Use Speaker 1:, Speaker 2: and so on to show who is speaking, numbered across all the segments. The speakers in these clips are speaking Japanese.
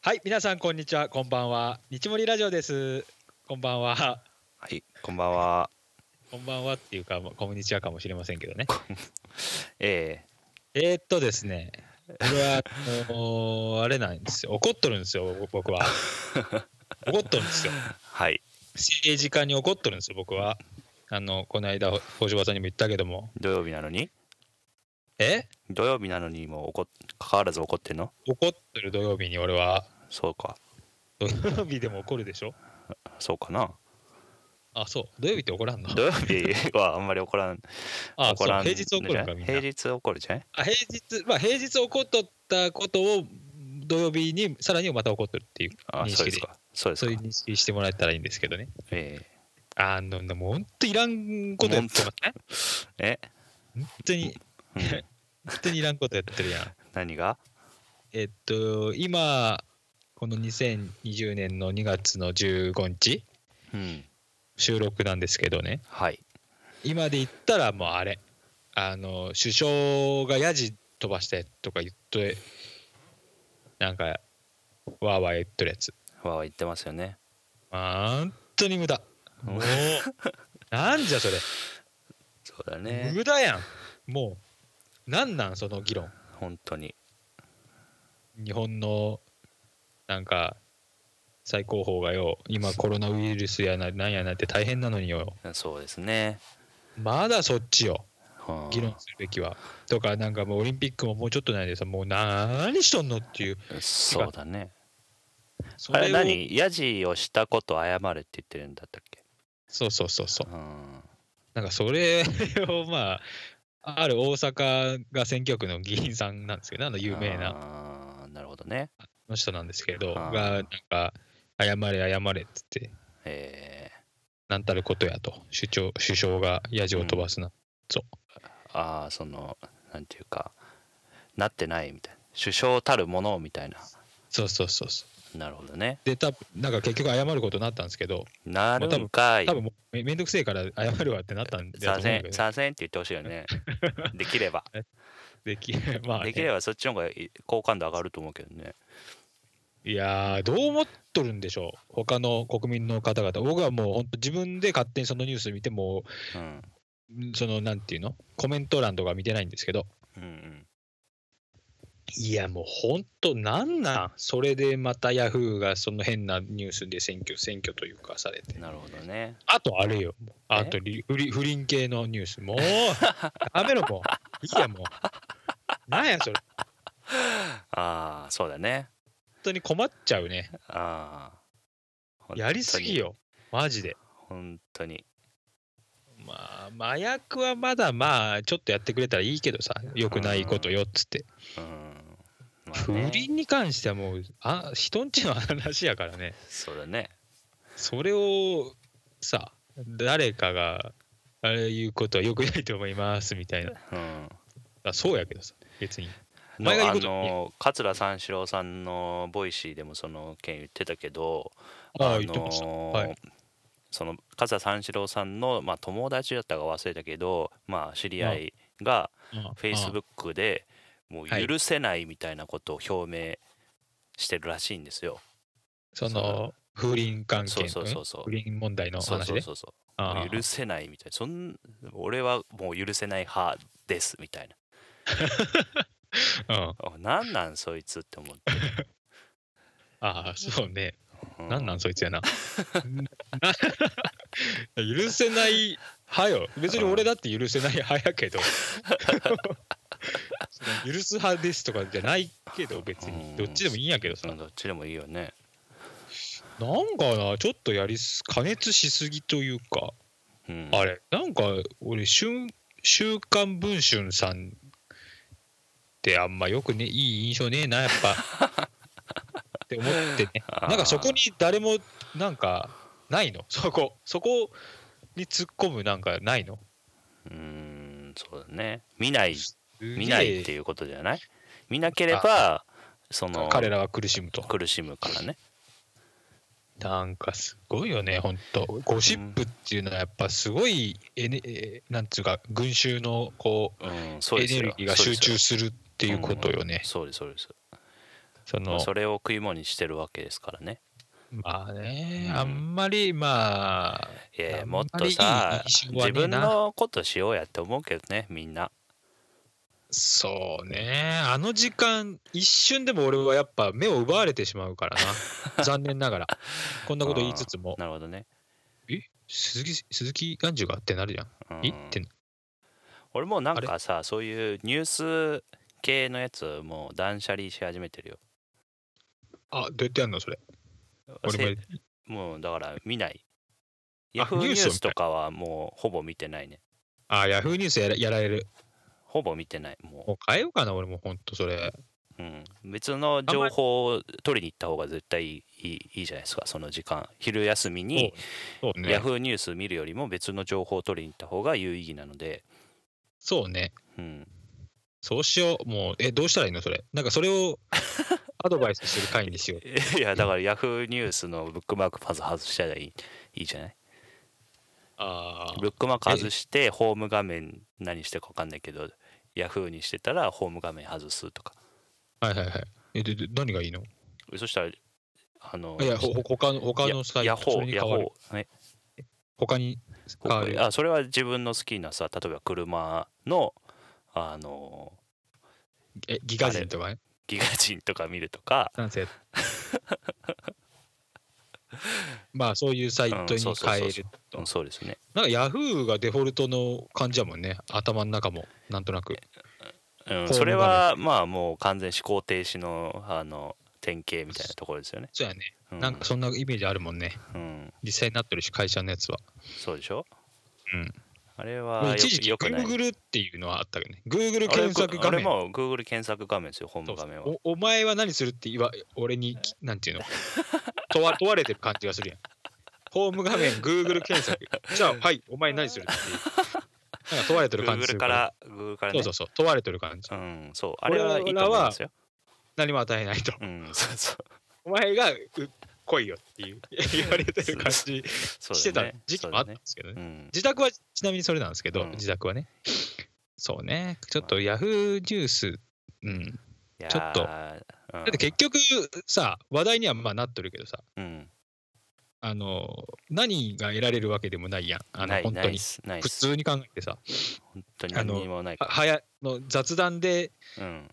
Speaker 1: はい、皆さんこんにちは、こんばんは。日森ラジオです。こんばんは。
Speaker 2: はい、こんばんは。
Speaker 1: こんばんはっていうか、まあこんにちはかもしれませんけどね。
Speaker 2: え
Speaker 1: えー、っとですね、これは、あのーあれなんですよ。怒っとるんですよ、僕 は。怒っとるんですよ。
Speaker 2: えはい、
Speaker 1: 政治家に怒っとるんですよ、僕は。あの、この間、ほ小島さんにも言ったけども。
Speaker 2: 土曜日なのに、
Speaker 1: え
Speaker 2: 土曜日なのにもうかかわらず怒ってんの
Speaker 1: 怒っとる土曜日に俺は、
Speaker 2: そうか、
Speaker 1: 土曜日でも怒るでしょ
Speaker 2: そうかな。
Speaker 1: あ、そう。土曜日って怒らんの
Speaker 2: 土曜日はあんまり怒らん。
Speaker 1: あ、そ
Speaker 2: 怒
Speaker 1: う。
Speaker 2: ら
Speaker 1: 平
Speaker 2: ん
Speaker 1: 日怒るのか、みんな。
Speaker 2: 平日怒るじゃん。
Speaker 1: あ平日、まあ、平日起こっとったことを土曜日にさらにまた起こっとるっていう
Speaker 2: あ、
Speaker 1: 認
Speaker 2: そ
Speaker 1: 識
Speaker 2: うです
Speaker 1: で
Speaker 2: か。そうです
Speaker 1: そう
Speaker 2: か
Speaker 1: いう。認識してもらえたらいいんですけどね
Speaker 2: え
Speaker 1: あのでも本当いらんことやってますね
Speaker 2: え
Speaker 1: 本当に
Speaker 2: えうん、
Speaker 1: 本当にいらんことやってるやん
Speaker 2: 何が
Speaker 1: えっと今この2020年の2月の15日
Speaker 2: うん、
Speaker 1: 収録なんですけどね
Speaker 2: はい。
Speaker 1: 今で言ったらもうあれあの首相がやじ飛ばしてとか言っとなんかわーわー言っとるやつ
Speaker 2: わあ言ってますよね。
Speaker 1: 本当に無駄もうなんじゃそれ、
Speaker 2: そうだね。
Speaker 1: 無駄やんもうなんなんその議論
Speaker 2: 本当に。
Speaker 1: 日本のなんか最高峰がよ今コロナウイルスやななんやなって大変なのによ
Speaker 2: そうですね。
Speaker 1: まだそっちよ
Speaker 2: うん
Speaker 1: 議論するべきはとかなんかもうオリンピックももうちょっとないでさもう何しとんのっていう
Speaker 2: そうだね。
Speaker 1: そ
Speaker 2: あれ
Speaker 1: を
Speaker 2: 何ヤジをしたこと謝るって言ってるんだったっけ
Speaker 1: そうそうそうそう
Speaker 2: うん。
Speaker 1: なんかそれをまあある大阪が選挙区の議員さんなんですけどねあの有名な
Speaker 2: な。なるほどね。
Speaker 1: の人なんですけど、が
Speaker 2: あー
Speaker 1: なんか、謝れ、謝れっつって、
Speaker 2: え
Speaker 1: なんたることやと、首長首相がやじを飛ばすな、
Speaker 2: ー、ああ、その、なんていうか、なってないみたいな。首相たるものみたいな。
Speaker 1: そうそうそうそう。
Speaker 2: なるほどね。
Speaker 1: で、たなんか結局謝ることになったんですけど、
Speaker 2: なる
Speaker 1: まあ多
Speaker 2: ん
Speaker 1: 分
Speaker 2: かい
Speaker 1: 多。分もうめめんどくせえから謝るわってなったんだと思
Speaker 2: さ
Speaker 1: うん
Speaker 2: せ
Speaker 1: だけ
Speaker 2: ん、
Speaker 1: ど、ね、
Speaker 2: させんって言ってほしい よね。できれば。
Speaker 1: でき まあね、
Speaker 2: できればそっちの方がい好感度上がると思うけどね。
Speaker 1: いやー、どう思っとるんでしょう、他の国民の方々、僕はもう本当、自分で勝手にそのニュース見ても、
Speaker 2: うん。
Speaker 1: んそのなんていうの、コメント欄とか見てないんですけど、
Speaker 2: うんうん。
Speaker 1: いやもう本当なんなんそれでまたヤフーがその変なニュースで選挙選挙というかされて
Speaker 2: なるほどね。
Speaker 1: あとあれよあとリ不倫不倫系のニュースもうやめろもういいやもうなんやそれ本
Speaker 2: ああ、そうだね。
Speaker 1: 当に困っちゃうね
Speaker 2: ああ。
Speaker 1: やりすぎ。よマジで
Speaker 2: 本当に。
Speaker 1: まあ麻薬はまだまあちょっとやってくれたらいいけどさよくないことよっつって
Speaker 2: うん。まあ
Speaker 1: 不
Speaker 2: ね
Speaker 1: 倫に関してはもうあ人んちの話やからね
Speaker 2: そうだね。
Speaker 1: それをさ誰かがあれいうことはよくないと思いますみたいな
Speaker 2: うん。
Speaker 1: あそうやけどさ別にお
Speaker 2: の
Speaker 1: 前が言う
Speaker 2: あ
Speaker 1: こと
Speaker 2: の桂三四郎さんのボイシーでもその件言ってたけど、
Speaker 1: ああ
Speaker 2: の
Speaker 1: 言ってましたはい
Speaker 2: その桂三四郎さんの、まあ、友達だったか忘れたけど、まあ、知り合いがフェイスブ
Speaker 1: ッ
Speaker 2: ックでもう
Speaker 1: はい
Speaker 2: 許せないみたいなことを表明してるらしいんですよ。
Speaker 1: その不倫関係
Speaker 2: そうそ
Speaker 1: の
Speaker 2: うそう
Speaker 1: ね
Speaker 2: そう
Speaker 1: 不。倫問題の
Speaker 2: そう
Speaker 1: 話
Speaker 2: そう
Speaker 1: で
Speaker 2: そうそう
Speaker 1: あ
Speaker 2: も
Speaker 1: あ
Speaker 2: う許せないみたいなそん俺はもう許せない派ですみたいな
Speaker 1: うんあ
Speaker 2: あなんなんそいつって思って、
Speaker 1: あそうね
Speaker 2: う
Speaker 1: なんなんそいつやな 許せない派よ別に俺だって許せない派やけ どその許す派ですとかじゃないけど別にどっちでもいいんやけどさ
Speaker 2: うんどっちでもいいよね
Speaker 1: なんかなちょっとやりす加熱しすぎというか、
Speaker 2: うん
Speaker 1: あれなんか俺週「週刊文春」さんってあんまよくねいい印象ねえなやっぱ って思ってね
Speaker 2: あー
Speaker 1: なんかそこに誰もなんかないのそこそこに突っ込むなんかないの
Speaker 2: うーんそうだね見ない見
Speaker 1: 見
Speaker 2: ないっていうことじゃない見なければその
Speaker 1: 彼らは苦しむと
Speaker 2: 苦しむからね
Speaker 1: なんかすごいよね、本当。ゴシップっていうのはやっぱすごいエネ、えーなんつうか、群衆のこ
Speaker 2: うん
Speaker 1: う
Speaker 2: そう
Speaker 1: エ
Speaker 2: です
Speaker 1: ネ
Speaker 2: よ
Speaker 1: ルギーが集中するっていうことよね。
Speaker 2: そうですよそうですそうです
Speaker 1: そ
Speaker 2: ま
Speaker 1: の
Speaker 2: あそれを食い物にしてるわけですからね。
Speaker 1: まあね、
Speaker 2: うん
Speaker 1: あんまりまあ
Speaker 2: え
Speaker 1: あ
Speaker 2: ー
Speaker 1: ん
Speaker 2: も
Speaker 1: ま
Speaker 2: っ
Speaker 1: り
Speaker 2: と
Speaker 1: いい
Speaker 2: さ
Speaker 1: 印象はね
Speaker 2: 自分
Speaker 1: な
Speaker 2: のことしようやって思うけどねみんな。
Speaker 1: そうねあの時間一瞬でも俺はやっぱ目を奪われてしまうから な残念ながらこんなこと言いつつも
Speaker 2: なるほどね。
Speaker 1: 鈴木鈴木眼中がってなるじゃん、
Speaker 2: うん
Speaker 1: いってな
Speaker 2: 俺もなんかさそういうニュース系のやつもう断捨離し始めてるよ。
Speaker 1: あどうやってやるのそれ俺もや
Speaker 2: せ
Speaker 1: り
Speaker 2: もうだから見ない。
Speaker 1: あ
Speaker 2: ヤフーニ
Speaker 1: ニ
Speaker 2: ュ
Speaker 1: ュー
Speaker 2: ー
Speaker 1: スを
Speaker 2: スとかはもうほぼ見てないね。
Speaker 1: あヤフーニュースやらやられる
Speaker 2: ほぼ見てない。も
Speaker 1: もう変えようかな俺もほんとそれ
Speaker 2: う、うん、別の情報を取りに行った方が絶対いいいいいいじゃないですか、その時間。昼休みに
Speaker 1: そうね
Speaker 2: ヤフーニュース見るよりも別の情報を取りに行った方が有意義なので、
Speaker 1: そうね
Speaker 2: うん、
Speaker 1: そうしようもうえどうしたらいいのそれなんかそれ をアドバイスする会にしよう
Speaker 2: いや、だからヤフーニュースのブックマークまず外したらいいいいじゃない
Speaker 1: あ
Speaker 2: ブックマーク外して、ホーム画面何してるか分かんないけど、ヤフーにしてたらホーム画面外すとか。
Speaker 1: あはいはいはいえでで何がいいの
Speaker 2: そしたら、あの、
Speaker 1: いやほ他の他のサイト
Speaker 2: ヤホ
Speaker 1: それ
Speaker 2: ー
Speaker 1: に
Speaker 2: ヤ
Speaker 1: 変わる
Speaker 2: ホー、ね、
Speaker 1: 他に変わる
Speaker 2: あそれは自分の好きなさ例えば車のあの
Speaker 1: えギガ人とかね
Speaker 2: ギガ人とか見るとか、
Speaker 1: なんせ まあそういうサイ
Speaker 2: うん
Speaker 1: トに
Speaker 2: そうそう
Speaker 1: 変
Speaker 2: そ
Speaker 1: え
Speaker 2: う
Speaker 1: る
Speaker 2: そううんそうですね
Speaker 1: なんかヤフーがデフォルトの感じやもんね頭の中もなんとなく
Speaker 2: うん
Speaker 1: ホーム画面
Speaker 2: それはまあもう完全思考停止のあの典型みたいなところですよね、
Speaker 1: そうやね
Speaker 2: うん、
Speaker 1: なんかそんなイメージあるもんね
Speaker 2: うん、
Speaker 1: 実際になってるし会社のやつは
Speaker 2: そうでしょ、
Speaker 1: うん
Speaker 2: あれはよ
Speaker 1: 一時期
Speaker 2: よくない
Speaker 1: Google っていうのはあったけどね Google
Speaker 2: あれ
Speaker 1: 検索画
Speaker 2: あれ
Speaker 1: 面
Speaker 2: も Google 検索画面ですよホーム画面は
Speaker 1: おお前は何するって言わ俺にきなんていうの 問わ問われてる感じがするやんホーム画面 Google 検 索じゃあはいお前何するっていうなんか問われてる感じす
Speaker 2: Google
Speaker 1: る
Speaker 2: からら Google からね
Speaker 1: そうそうそう問われてる感じ
Speaker 2: うんそうあれはいいと思いますよ
Speaker 1: 何も与えないと
Speaker 2: うんそうそう
Speaker 1: お前がう来いよって いう言われてる感じ
Speaker 2: そう
Speaker 1: して
Speaker 2: だ
Speaker 1: た
Speaker 2: よね
Speaker 1: 時期もあったん
Speaker 2: そうだ
Speaker 1: ですけどね
Speaker 2: よねうん
Speaker 1: 自宅はちなみにそれなんですけど、
Speaker 2: うん
Speaker 1: 自宅はねそうねちょっとヤフーニュースうん
Speaker 2: いや
Speaker 1: ちょっと
Speaker 2: ーうん
Speaker 1: だって結局さ話題にはまあなっとるけどさ
Speaker 2: うん
Speaker 1: あの何が得られるわけでもないやんあの
Speaker 2: ない
Speaker 1: 本
Speaker 2: な
Speaker 1: 当
Speaker 2: いっ
Speaker 1: に
Speaker 2: すないっ
Speaker 1: 普
Speaker 2: す
Speaker 1: 通に考えてさ
Speaker 2: 本当に
Speaker 1: あの
Speaker 2: 何にもないか
Speaker 1: ははやの雑談で
Speaker 2: らうん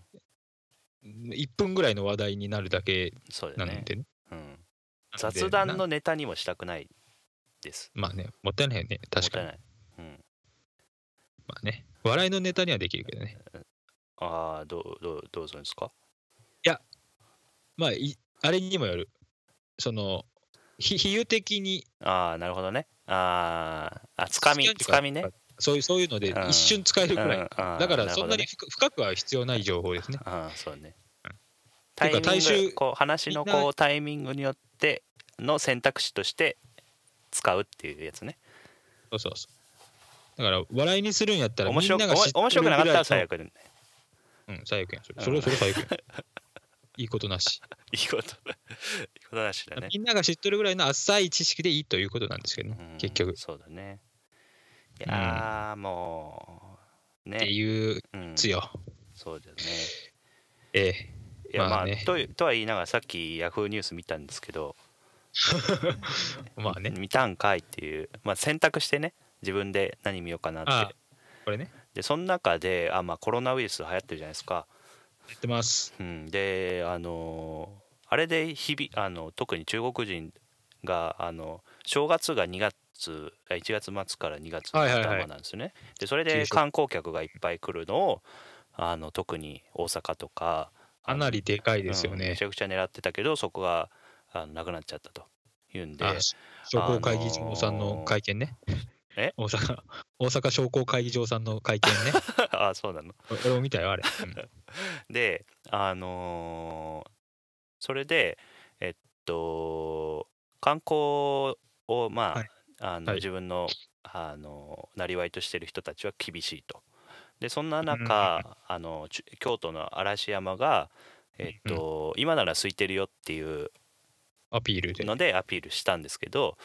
Speaker 1: 1分ぐらいの話題になるだけ
Speaker 2: そうだ
Speaker 1: な
Speaker 2: よ
Speaker 1: の
Speaker 2: ね
Speaker 1: でね
Speaker 2: うん
Speaker 1: なので
Speaker 2: 雑談
Speaker 1: な
Speaker 2: のネタにもしたくないです
Speaker 1: まあねもったいないよね確かに
Speaker 2: もったいないうん
Speaker 1: まあね笑いのネタにはできるけどね
Speaker 2: ああどうどうどうするんですか
Speaker 1: まあいあれにもよるそのひ比喩的に
Speaker 2: ああなるほどねあーあつかみ
Speaker 1: 好きな
Speaker 2: つ
Speaker 1: 人が
Speaker 2: かみね
Speaker 1: そういうそういうので
Speaker 2: うん
Speaker 1: 一瞬使えるくらい、だ
Speaker 2: だ
Speaker 1: からそんなに深,、深くは必要ない情報ですね
Speaker 2: ああそうね
Speaker 1: うん
Speaker 2: タイミン
Speaker 1: てか大
Speaker 2: グ
Speaker 1: 衆
Speaker 2: こう話の
Speaker 1: みんな
Speaker 2: こうタイミングによっての選択肢として使うっていうやつね
Speaker 1: そうそうそうだから笑いにするんやったらみ
Speaker 2: 面
Speaker 1: ん
Speaker 2: 白く
Speaker 1: なが知ってる
Speaker 2: 面白くなかったら
Speaker 1: ぐ
Speaker 2: 最
Speaker 1: いの
Speaker 2: 悪でい
Speaker 1: うん、最悪やん。それ、
Speaker 2: うん
Speaker 1: それそれ最悪やん。 いいことなし。
Speaker 2: いこといいことなしだね
Speaker 1: みんなが知っとるぐらいの浅い知識でいいということなんですけどね、
Speaker 2: うん
Speaker 1: 結局。っ
Speaker 2: そうだねいやー、もう
Speaker 1: て
Speaker 2: ね
Speaker 1: いう
Speaker 2: うん
Speaker 1: つよ。
Speaker 2: そうだよね
Speaker 1: ええ。
Speaker 2: いやまあ、
Speaker 1: まあね
Speaker 2: といとは言いながらさっきヤフーニュース見たんですけど、
Speaker 1: まあね。
Speaker 2: 見たんかいっていう、まあ、選択してね自分で何見ようかなって
Speaker 1: ああ、これね。
Speaker 2: でその中であ、まあ、コロナウイルス流行ってるじゃないですか、
Speaker 1: やってます。
Speaker 2: うん、であのーあれで日々あの特に中国人があの正月が2月あ1月末から2月の
Speaker 1: はいはいはい
Speaker 2: 頭なんですよね、でそれで
Speaker 1: 旧正
Speaker 2: 観光客がいっぱい来るのをあの特に大阪とか
Speaker 1: かなりでかいですよ
Speaker 2: うんめ
Speaker 1: ね
Speaker 2: ち。ゃくちゃ狙ってたけどそこがあのなくなっちゃったというんで
Speaker 1: あ、商工会議場さんの会見ね。
Speaker 2: え
Speaker 1: 大阪、大阪商工会議場さんの会見ね。
Speaker 2: あそうなの
Speaker 1: 俺俺も見たよ、あれ。うん
Speaker 2: であのーそれでえっと観光をまあ,、
Speaker 1: はい
Speaker 2: あの
Speaker 1: はい
Speaker 2: 自分のあのなりわいとしてる人たちは厳しいと。でそんな中、あのちゅ京都の嵐山が、えっと今なら空いてるよっていう
Speaker 1: アピールで。は
Speaker 2: のでアピールしたんですけど、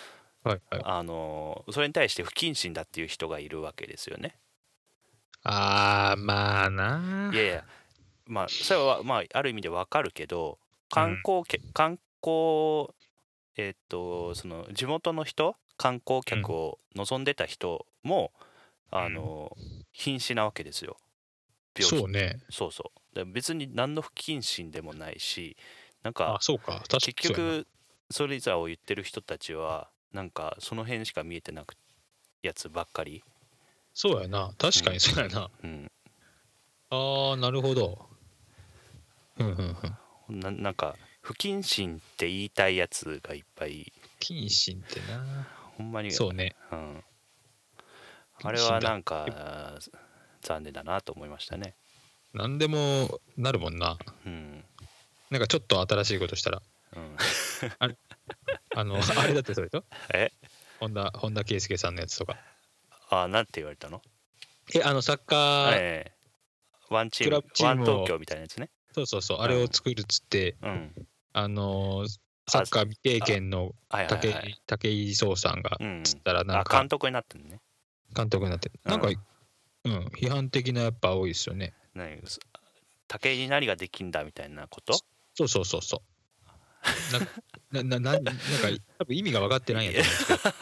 Speaker 1: いはい。
Speaker 2: あのそれに対して不謹慎だっていう人がいるわけですよね。。
Speaker 1: ああ、まあない
Speaker 2: やいやまあそれは、まあ、ある意味でわかるけど観光け、観光えっとその地元の人観光客を望んでた人も、あの瀕死なわけですよ病気
Speaker 1: そうね。
Speaker 2: そうそうで別に何の不謹慎でもないしな
Speaker 1: あ
Speaker 2: んか、
Speaker 1: そうか。確か
Speaker 2: 結局それざを言ってる人たちはなんかその辺しか見えてなくやつばっかり、
Speaker 1: そうやな。確かにそうやな。
Speaker 2: うん、
Speaker 1: ああ、なるほど。うんうんうん。
Speaker 2: ななんか不謹慎って言いたいやつがいっぱい
Speaker 1: 謹慎ってな。
Speaker 2: ほんまに
Speaker 1: そうね。
Speaker 2: うん、
Speaker 1: だ
Speaker 2: あれはなんか残念だなと思いましたね。
Speaker 1: 何でもなるもんな。
Speaker 2: うん
Speaker 1: なんかちょっと新しいことしたら。
Speaker 2: うん、
Speaker 1: あ の、あれだってそれと
Speaker 2: え
Speaker 1: 本田、本田圭佑さんのやつとか。
Speaker 2: あなんて言われたの
Speaker 1: え、あの、サッカー、
Speaker 2: ええワンチー
Speaker 1: クラ
Speaker 2: ム
Speaker 1: ブチーム
Speaker 2: ワ
Speaker 1: を
Speaker 2: ン東京みたいなやつね。
Speaker 1: そうそうそう、あれを作るっつって、
Speaker 2: うん、
Speaker 1: あのー、サッカー未経験の
Speaker 2: はいはい
Speaker 1: 武井
Speaker 2: はい。
Speaker 1: 武井壮さんが
Speaker 2: う、ん、
Speaker 1: つったら、な
Speaker 2: あ
Speaker 1: んか、
Speaker 2: 監督になってんね。
Speaker 1: 監督になって、なんか、うん、批判的なやっぱ多いですよね。
Speaker 2: 何す武井に何ができんだみたいなこと
Speaker 1: そうそうそう そう。な、な、な、ななんか、多分意味が分かってないんやと思うんですけど。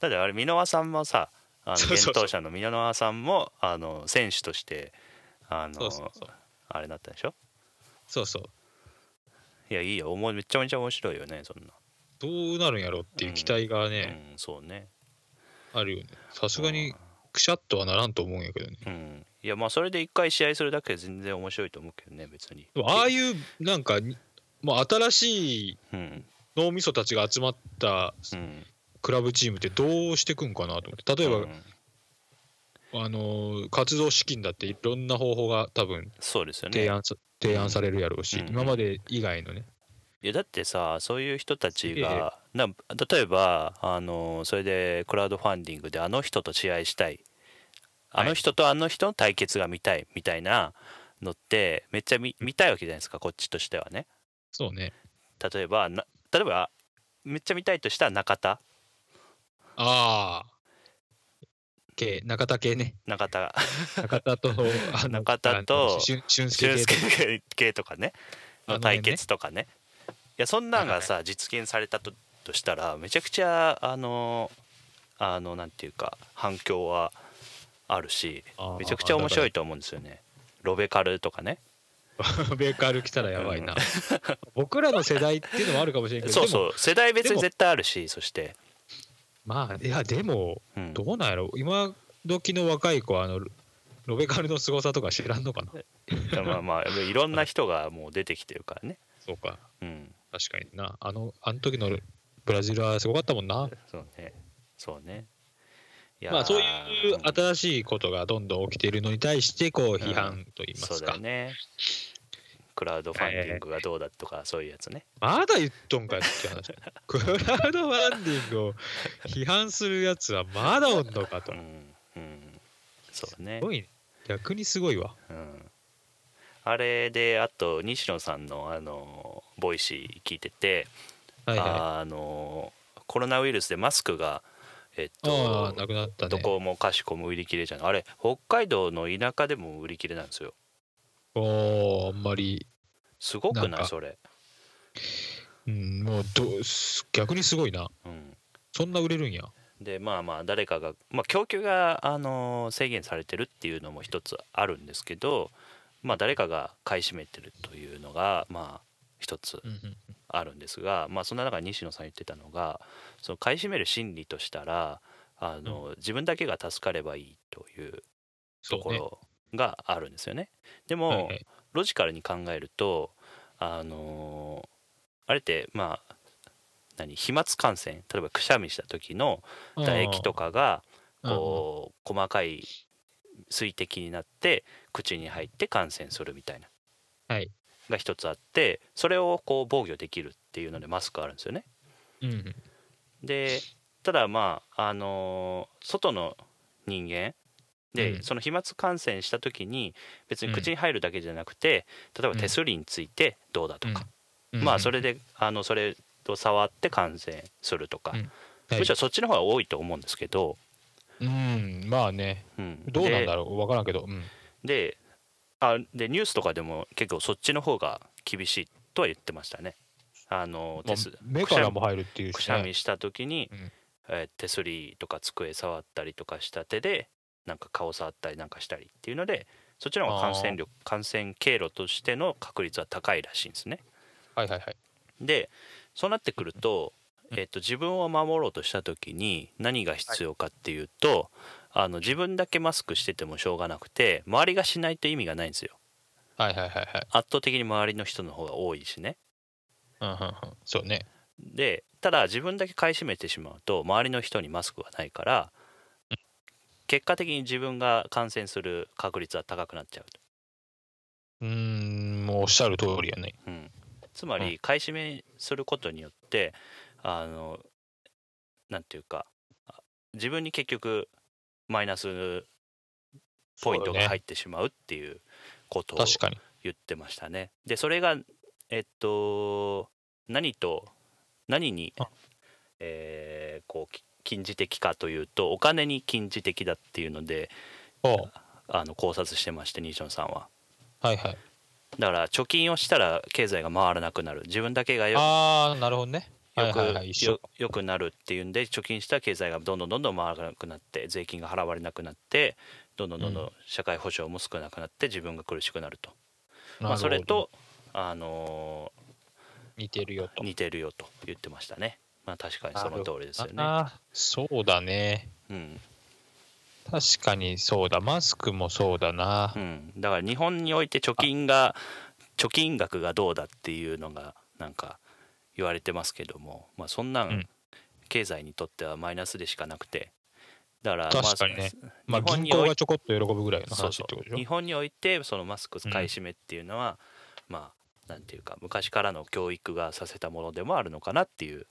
Speaker 2: だってあれ箕輪さんもさあの
Speaker 1: そうそうそ
Speaker 2: 厳
Speaker 1: う
Speaker 2: 冬者の箕輪さんもあの選手としてあの
Speaker 1: そうそうそう。
Speaker 2: あれだったでしょ
Speaker 1: そうそう。
Speaker 2: いやいいよおもめちゃめちゃ面白いよねそんな。
Speaker 1: どうなるんやろうっていう期待がね、
Speaker 2: うん、そうね。
Speaker 1: あるよね。さすが
Speaker 2: う
Speaker 1: に
Speaker 2: ん、
Speaker 1: くしゃっとはならんと思うんやけどね。
Speaker 2: うん、いやまあそれで一回試合するだけで全然面白いと思うけどね別に
Speaker 1: でもああいう、なんか、にもう新しい
Speaker 2: うん
Speaker 1: 脳みそたちが集まった
Speaker 2: うん
Speaker 1: クラブチームってどうしてくんかなと思って例えば、
Speaker 2: うん
Speaker 1: あのー活動資金だっていろんな方法が多分
Speaker 2: そうですよね
Speaker 1: 提案さ,、提案されるやろうし、
Speaker 2: うん
Speaker 1: 今まで以外のね
Speaker 2: いやだってさそういう人たち
Speaker 1: え
Speaker 2: が、な例えばあのそれでクラウドファンディングであの人と試合したいあの人とあの人の対決が見たいみたいなのってめっちゃ見見たいわけじゃないですかこっちとしてはね
Speaker 1: そうね
Speaker 2: 例えばな例えばめっちゃ見たいとしたら中田
Speaker 1: ああ系中田系ね
Speaker 2: 中田
Speaker 1: 中田 とあの
Speaker 2: 中田と
Speaker 1: あの俊俊介
Speaker 2: 俊
Speaker 1: 系
Speaker 2: 介系とかね
Speaker 1: あの
Speaker 2: の
Speaker 1: ね
Speaker 2: 対決とかねいやそんなんがさ実現されたととしたらめちゃくちゃあのあのなんていうか反響はあるし
Speaker 1: あー
Speaker 2: めちゃくちゃ面白いと思うんですよねロベカルとかね
Speaker 1: ベーカー来たらやばいな 僕らの世代っていうのもあるかもしれんけど
Speaker 2: そ
Speaker 1: で
Speaker 2: う
Speaker 1: も
Speaker 2: そう世代別
Speaker 1: で
Speaker 2: に
Speaker 1: も
Speaker 2: 絶対あるしそして、
Speaker 1: まあいやでも
Speaker 2: うん、
Speaker 1: どうなんやろ今時の若い子はあのロベカルの凄さとか知らんのかな
Speaker 2: まあまあいろんな人がもう出てきてるからね
Speaker 1: そうか
Speaker 2: うん
Speaker 1: 確かになあのあの時のブラジルはすごかったもんな
Speaker 2: そうねそうねいやー
Speaker 1: まあそういう新しいことがどんどん起きているのに対してこう批判と言いま
Speaker 2: そう
Speaker 1: す
Speaker 2: だ
Speaker 1: か、
Speaker 2: よねクラウドファンディングがどうだとかそういうやつね
Speaker 1: まだ言っとんかって 話クラウドファンディングを批判するやつはまだおんのかと
Speaker 2: う
Speaker 1: す
Speaker 2: んうんそうね
Speaker 1: ごいね逆にすごいわ
Speaker 2: うんあれであと西野さんのあのボイシー聞いてて
Speaker 1: はいは
Speaker 2: あのコロナウイルスでマスクがえっ
Speaker 1: いああ
Speaker 2: と
Speaker 1: なくなった
Speaker 2: ど
Speaker 1: ね
Speaker 2: こもかしこも売り切れじゃないあれ北海道の田舎でも売り切れなんですよ
Speaker 1: おーあんまり、
Speaker 2: すごく
Speaker 1: な
Speaker 2: なんい
Speaker 1: か
Speaker 2: それ
Speaker 1: うん、もうどうす逆にすごいな
Speaker 2: うん
Speaker 1: そんな売れるんや
Speaker 2: でまあまあ誰かが、まあ、供給が、あの制限されてるっていうのも一つあるんですけど、まあ、誰かが買い占めてるというのがまあ一つ
Speaker 1: うんうん
Speaker 2: あるんですが、まあ、そんな中西野さん言ってたのがその買い占める心理としたらあの、自分だけが助かればいいという
Speaker 1: そう
Speaker 2: とこ
Speaker 1: ね
Speaker 2: ろがあるんですよね。でも、
Speaker 1: はいはい
Speaker 2: ロジカルに考えるとあのあれってまあ何飛沫感染例えばくしゃみした時の唾液とかが
Speaker 1: うん
Speaker 2: こう細かい水滴になって口に入って感染するみたいな、
Speaker 1: はい
Speaker 2: が一つあってそれをこう防御できるっていうのでマスクあるんですよね。
Speaker 1: うんうん
Speaker 2: でただまああのー外の人間で、
Speaker 1: うん
Speaker 2: その飛沫感染した時に別に
Speaker 1: うん
Speaker 2: 口に入るだけじゃなくて、例えば
Speaker 1: うん
Speaker 2: 手すりについてどうだとか、
Speaker 1: うん
Speaker 2: まあそれであのそれを触って感染するとか、
Speaker 1: うんはい
Speaker 2: むしろそっちの方が多いと思うんですけど、
Speaker 1: うんまあね
Speaker 2: うん
Speaker 1: どうなんだ
Speaker 2: ろ
Speaker 1: ろう分からんけど、うん、
Speaker 2: うであでニュースとかでも結構そっちの方が厳しいとは言ってましたね。あの
Speaker 1: ま
Speaker 2: 手
Speaker 1: あ
Speaker 2: す
Speaker 1: 目からも入るっていう
Speaker 2: く
Speaker 1: し
Speaker 2: しゃ
Speaker 1: ね
Speaker 2: みした時に、
Speaker 1: うん
Speaker 2: えー手すりとか机触ったりとかした手でなんか顔触ったりなんかしたりっていうのでそっちの方が感染力感染経路としての確率は高いらしいんですね。
Speaker 1: はいはいはい
Speaker 2: でそうなってくると,、
Speaker 1: うん
Speaker 2: えっと自分を守ろうとした時に何が必要かっていうと、あの自分だけマスクしててもしょうがなくて周りがしないと意味がないんですよ
Speaker 1: はいはいはいはい
Speaker 2: 圧倒的に周りの人の方が多いしね
Speaker 1: うんうんうんそうね
Speaker 2: でただ自分だけ買い占めてしまうと周りの人にマスクがないから結果的に自分が感染する確率は高くなっちゃうと、
Speaker 1: うーんもうおっしゃる通りやね
Speaker 2: うん、つま
Speaker 1: う
Speaker 2: り買い占めすることによってあのなんていうかあ自分に結局マイナスポイントが入ってしまうっていうこと
Speaker 1: そうだ
Speaker 2: を
Speaker 1: ね確かに
Speaker 2: 言ってましたね。でそれがえっと何と何に
Speaker 1: あ、
Speaker 2: えーこうき禁じ的かというとお金に禁じ的だっていうので
Speaker 1: おう
Speaker 2: あの考察してましてニーションさんは。
Speaker 1: はいはい
Speaker 2: だから貯金をしたら経済が回らなくなる自分だけがよ
Speaker 1: ああなるほどねは
Speaker 2: よ
Speaker 1: い
Speaker 2: く
Speaker 1: はいはい一緒
Speaker 2: よよくなるっていうんで貯金した経済がどんどんどんどん回らなくなって税金が払われなくなってどんどんどんど
Speaker 1: うん
Speaker 2: 社会保障も少なくなって自分が苦しくなると、
Speaker 1: なるほ
Speaker 2: まあ、
Speaker 1: ど
Speaker 2: それとあの
Speaker 1: 似てるよと
Speaker 2: ー似てるよと言ってましたねまあ確かにその通りですよね、
Speaker 1: あーそうだね
Speaker 2: うん
Speaker 1: 確かにそうだマスクもそうだな
Speaker 2: うん、だから日本において貯金が貯金額がどうだっていうのがなんか言われてますけども、まあ、そんな
Speaker 1: うんん
Speaker 2: 経済にとってはマイナスでしかなくてだからまあ
Speaker 1: 確かにねまあ
Speaker 2: 日
Speaker 1: 銀
Speaker 2: 本におい
Speaker 1: 行がちょこっと喜ぶぐらいの
Speaker 2: そう
Speaker 1: 話
Speaker 2: そ
Speaker 1: ってことでし
Speaker 2: う
Speaker 1: ょ
Speaker 2: 日本においてそのマスク買い占めっていうのは、まあなんていうか昔からの教育がさせたものでもあるのかなっていう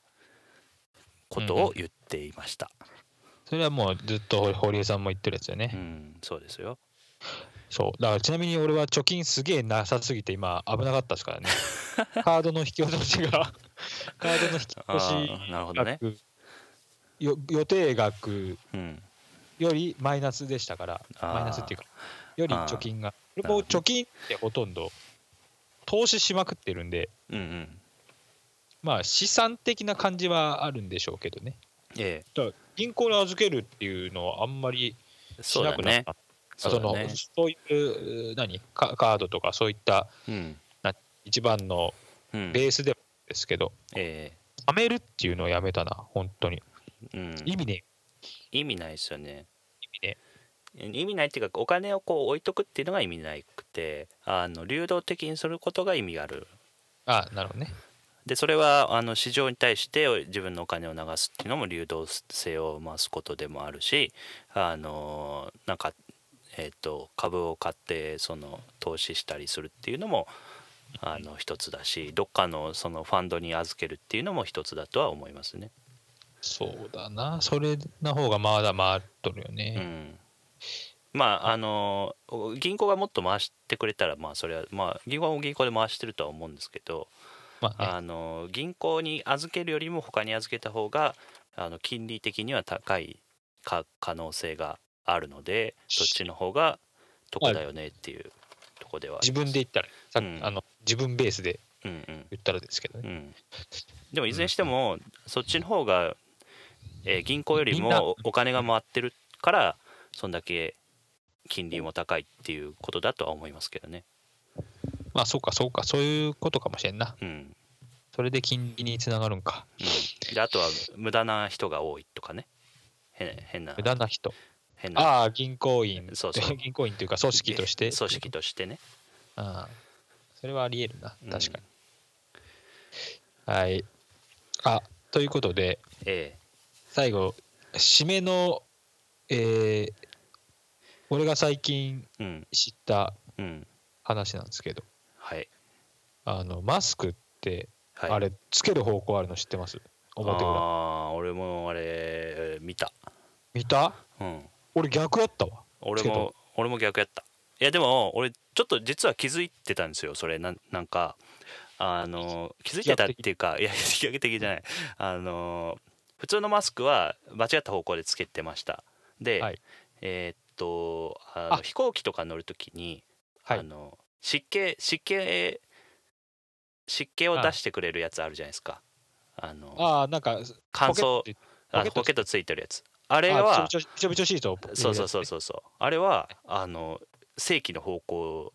Speaker 2: こと
Speaker 1: うんう
Speaker 2: を
Speaker 1: ん
Speaker 2: 言っていました、
Speaker 1: それはもうずっと堀江さんも言ってるやつだよね、
Speaker 2: うんそうですよ
Speaker 1: そうだからちなみに俺は貯金すげえなさすぎて今危なかったですから ねカードの引き落としがカードの引き
Speaker 2: あ
Speaker 1: 落とし
Speaker 2: ーなるほど
Speaker 1: 額、
Speaker 2: ね、
Speaker 1: よ予定額
Speaker 2: うん、
Speaker 1: よりマイナスでしたから
Speaker 2: あー
Speaker 1: マイナスっていうかより貯金がこれ
Speaker 2: な
Speaker 1: も
Speaker 2: るほど
Speaker 1: 貯金ってほとんど投資しまくってるんで
Speaker 2: うんうん
Speaker 1: まあ資産的な感じはあるんでしょうけどね
Speaker 2: ええ
Speaker 1: だから銀行に預けるっていうのはあんまりし
Speaker 2: そう
Speaker 1: な
Speaker 2: だ
Speaker 1: くなっ
Speaker 2: ね
Speaker 1: た
Speaker 2: そ
Speaker 1: そう
Speaker 2: だ
Speaker 1: の
Speaker 2: ね
Speaker 1: そういうう何カカードとかそういった
Speaker 2: うん
Speaker 1: 一番の
Speaker 2: うん
Speaker 1: ベースでもですけど、
Speaker 2: え
Speaker 1: 貯めるっていうのをやめたな本当に
Speaker 2: えうん、
Speaker 1: 意味ね
Speaker 2: 意味ないですよね
Speaker 1: 意味ね
Speaker 2: 意味ないっていうかお金をこう置いとくっていうのが意味ないくてあの流動的にすることが意味がある
Speaker 1: あなるほどね
Speaker 2: でそれはあの市場に対して自分のお金を流すっていうのも流動性を増すことでもあるしあのなんか、えー、と株を買ってその投資したりするっていうのもあの一つだしどっかのそのファンドに預けるっていうのも一つだとは思いますね。
Speaker 1: そうだなそれの方がまだ回っとるよ
Speaker 2: う
Speaker 1: ね、
Speaker 2: んまああの銀行がもっと回してくれたらまあそれはまあ銀行も銀行で回してるとは思うんですけど、
Speaker 1: まあね
Speaker 2: あの銀行に預けるよりも他に預けた方があの金利的には高いか可能性があるのでそっちの方が得だよねっていうとこではあり
Speaker 1: 自
Speaker 2: ます
Speaker 1: 分で言ったらさっき、
Speaker 2: うん
Speaker 1: あの自分ベースで
Speaker 2: うん
Speaker 1: 言ったらですけど
Speaker 2: うん
Speaker 1: ね、
Speaker 2: うんでもいずれにしてもそっちの方が、えー銀行より
Speaker 1: みんな
Speaker 2: もお金が回ってるからそんだけ金利も高いっていうことだとは思いますけどね。
Speaker 1: まあそうかそうかそういうことかもしれんな
Speaker 2: うんうん
Speaker 1: それで金利につながるんか
Speaker 2: であとは無駄な人が多いとかね変変な
Speaker 1: 無駄な人
Speaker 2: 変な
Speaker 1: ああ銀行員
Speaker 2: そうそ う
Speaker 1: 銀行員というか組織として
Speaker 2: 組織としてね
Speaker 1: ああそれはありえるな
Speaker 2: うん
Speaker 1: 確かに、はいあということで
Speaker 2: え
Speaker 1: 最後締めのえー俺が最近
Speaker 2: えうん
Speaker 1: 知った
Speaker 2: うん
Speaker 1: 話なんですけど
Speaker 2: はい
Speaker 1: あのマスクって
Speaker 2: はい
Speaker 1: あれつける方向あるの知ってます、表
Speaker 2: あ
Speaker 1: 裏
Speaker 2: ー俺もあれえー見た
Speaker 1: 見た
Speaker 2: うん
Speaker 1: 俺逆やったわ
Speaker 2: 俺
Speaker 1: つけ
Speaker 2: も俺も逆やったいやでも俺ちょっと実は気づいてたんですよそれなんなんかあの気づいてたっていうかいや飛躍的じゃないあの普通のマスクは間違った方向でつけてましたで、
Speaker 1: はい
Speaker 2: えーっとあの
Speaker 1: あ
Speaker 2: 飛行機とか乗るときに、
Speaker 1: はい
Speaker 2: あの湿気湿気湿気を出してくれるやつあるじゃないですかあの
Speaker 1: ああ、なんか、
Speaker 2: 乾燥
Speaker 1: ポケットポ
Speaker 2: あ
Speaker 1: ケット
Speaker 2: ポケットついてるやつあれ
Speaker 1: あ
Speaker 2: は
Speaker 1: びちょびちょびちょびちょシートを入れるやつね。
Speaker 2: そうそうそうそうそうあれはあの正規の方向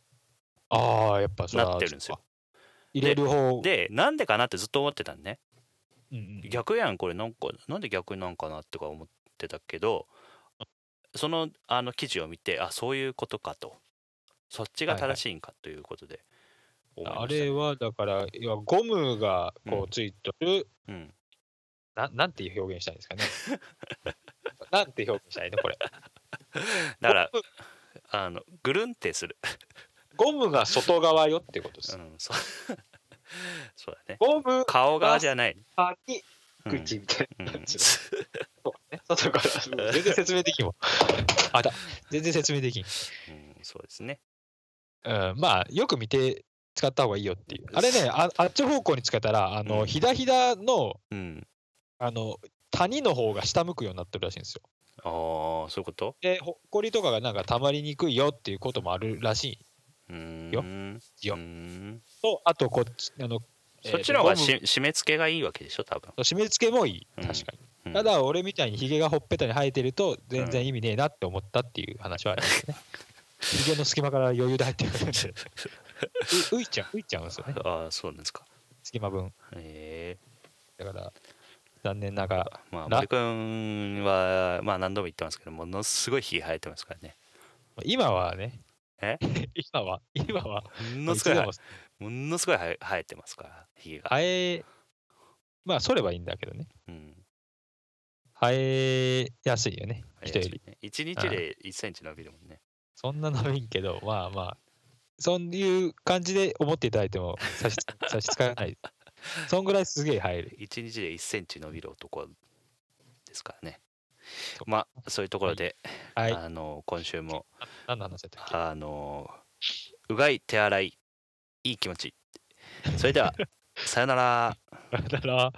Speaker 1: ああ、やっぱそれは
Speaker 2: なってるんですよ
Speaker 1: そっか入れる方
Speaker 2: でなんでかなってずっと思ってたんね
Speaker 1: うんうん
Speaker 2: 逆やんこれなんかなんで逆なんかなとか思ってたけどそのあの記事を見てあそういうことかとそっちが正しいんかということで思いま
Speaker 1: あ
Speaker 2: したね、
Speaker 1: れはだから、要はゴムが
Speaker 2: う
Speaker 1: こ
Speaker 2: ん
Speaker 1: うついてる、
Speaker 2: うん、
Speaker 1: ななんていう表現したいんですか ね。なんて表現したいのこれ。
Speaker 2: だから
Speaker 1: ゴム
Speaker 2: あのぐるんってする、
Speaker 1: ゴムが外側よってことで
Speaker 2: う
Speaker 1: す。
Speaker 2: ん、そう そうだね
Speaker 1: ゴム
Speaker 2: 顔側じゃない、
Speaker 1: あに
Speaker 2: うん
Speaker 1: 口みたい
Speaker 2: うん
Speaker 1: な感じの。そうね外から。全然説明できんわ。あだ、全然説明できん。
Speaker 2: うんそうですね
Speaker 1: うん、まあ、よく見て使った方がいいよっていう。あれね、ああっち方向に使ったら、あ
Speaker 2: うん
Speaker 1: の、ひだひだの、
Speaker 2: うん
Speaker 1: あの、谷の方が下向くようになってるらしいんですよ。
Speaker 2: ああそういうこと
Speaker 1: で、ほっこりとかがなんか溜まりにくいよっていうこともあるらしい。
Speaker 2: うーん
Speaker 1: よよ
Speaker 2: うーん
Speaker 1: と、あと、こっち、あの、
Speaker 2: そっちの方がし
Speaker 1: えー
Speaker 2: 締め付けがいいわけでしょ多分、
Speaker 1: とゴム締め付けもいい。
Speaker 2: うん
Speaker 1: 確かに。
Speaker 2: うん
Speaker 1: ただ俺みたいにヒゲがほっぺたに生えてると全然意味ねえなって思ったっていう話はあります ね。ヒゲの隙間から余裕で入ってくるんで。う浮いちゃう、浮いちゃうんですよね。
Speaker 2: ああそうなんですか
Speaker 1: 隙間分。
Speaker 2: え
Speaker 1: だから、残念ながら。
Speaker 2: えまあ
Speaker 1: な
Speaker 2: 森君はまあ何度も言ってますけどものすごいひげ生えてますからね
Speaker 1: 今はね、
Speaker 2: え
Speaker 1: 今は、今は、
Speaker 2: ものす
Speaker 1: いつ
Speaker 2: ごい生
Speaker 1: でも
Speaker 2: えものすごい生え生えてますからひげが、
Speaker 1: 生え、まあ、そればいいんだけどね。
Speaker 2: うん
Speaker 1: 生えやすいよね、
Speaker 2: 生え
Speaker 1: 人
Speaker 2: や
Speaker 1: よ
Speaker 2: すい
Speaker 1: り。
Speaker 2: ね一日で1センチ伸びるもんね
Speaker 1: そんな伸びんけど、まあまあ、そういう感じで思っていただいても差し差し支えない。そんぐらいすげえ生える。
Speaker 2: 一日で1センチ伸びる男ですからね
Speaker 1: そう
Speaker 2: まあそういうところで、
Speaker 1: はい。
Speaker 2: あの今週も
Speaker 1: 何の話だったっけ
Speaker 2: あのうがい手洗いいい気持ちそれではさよなら
Speaker 1: だから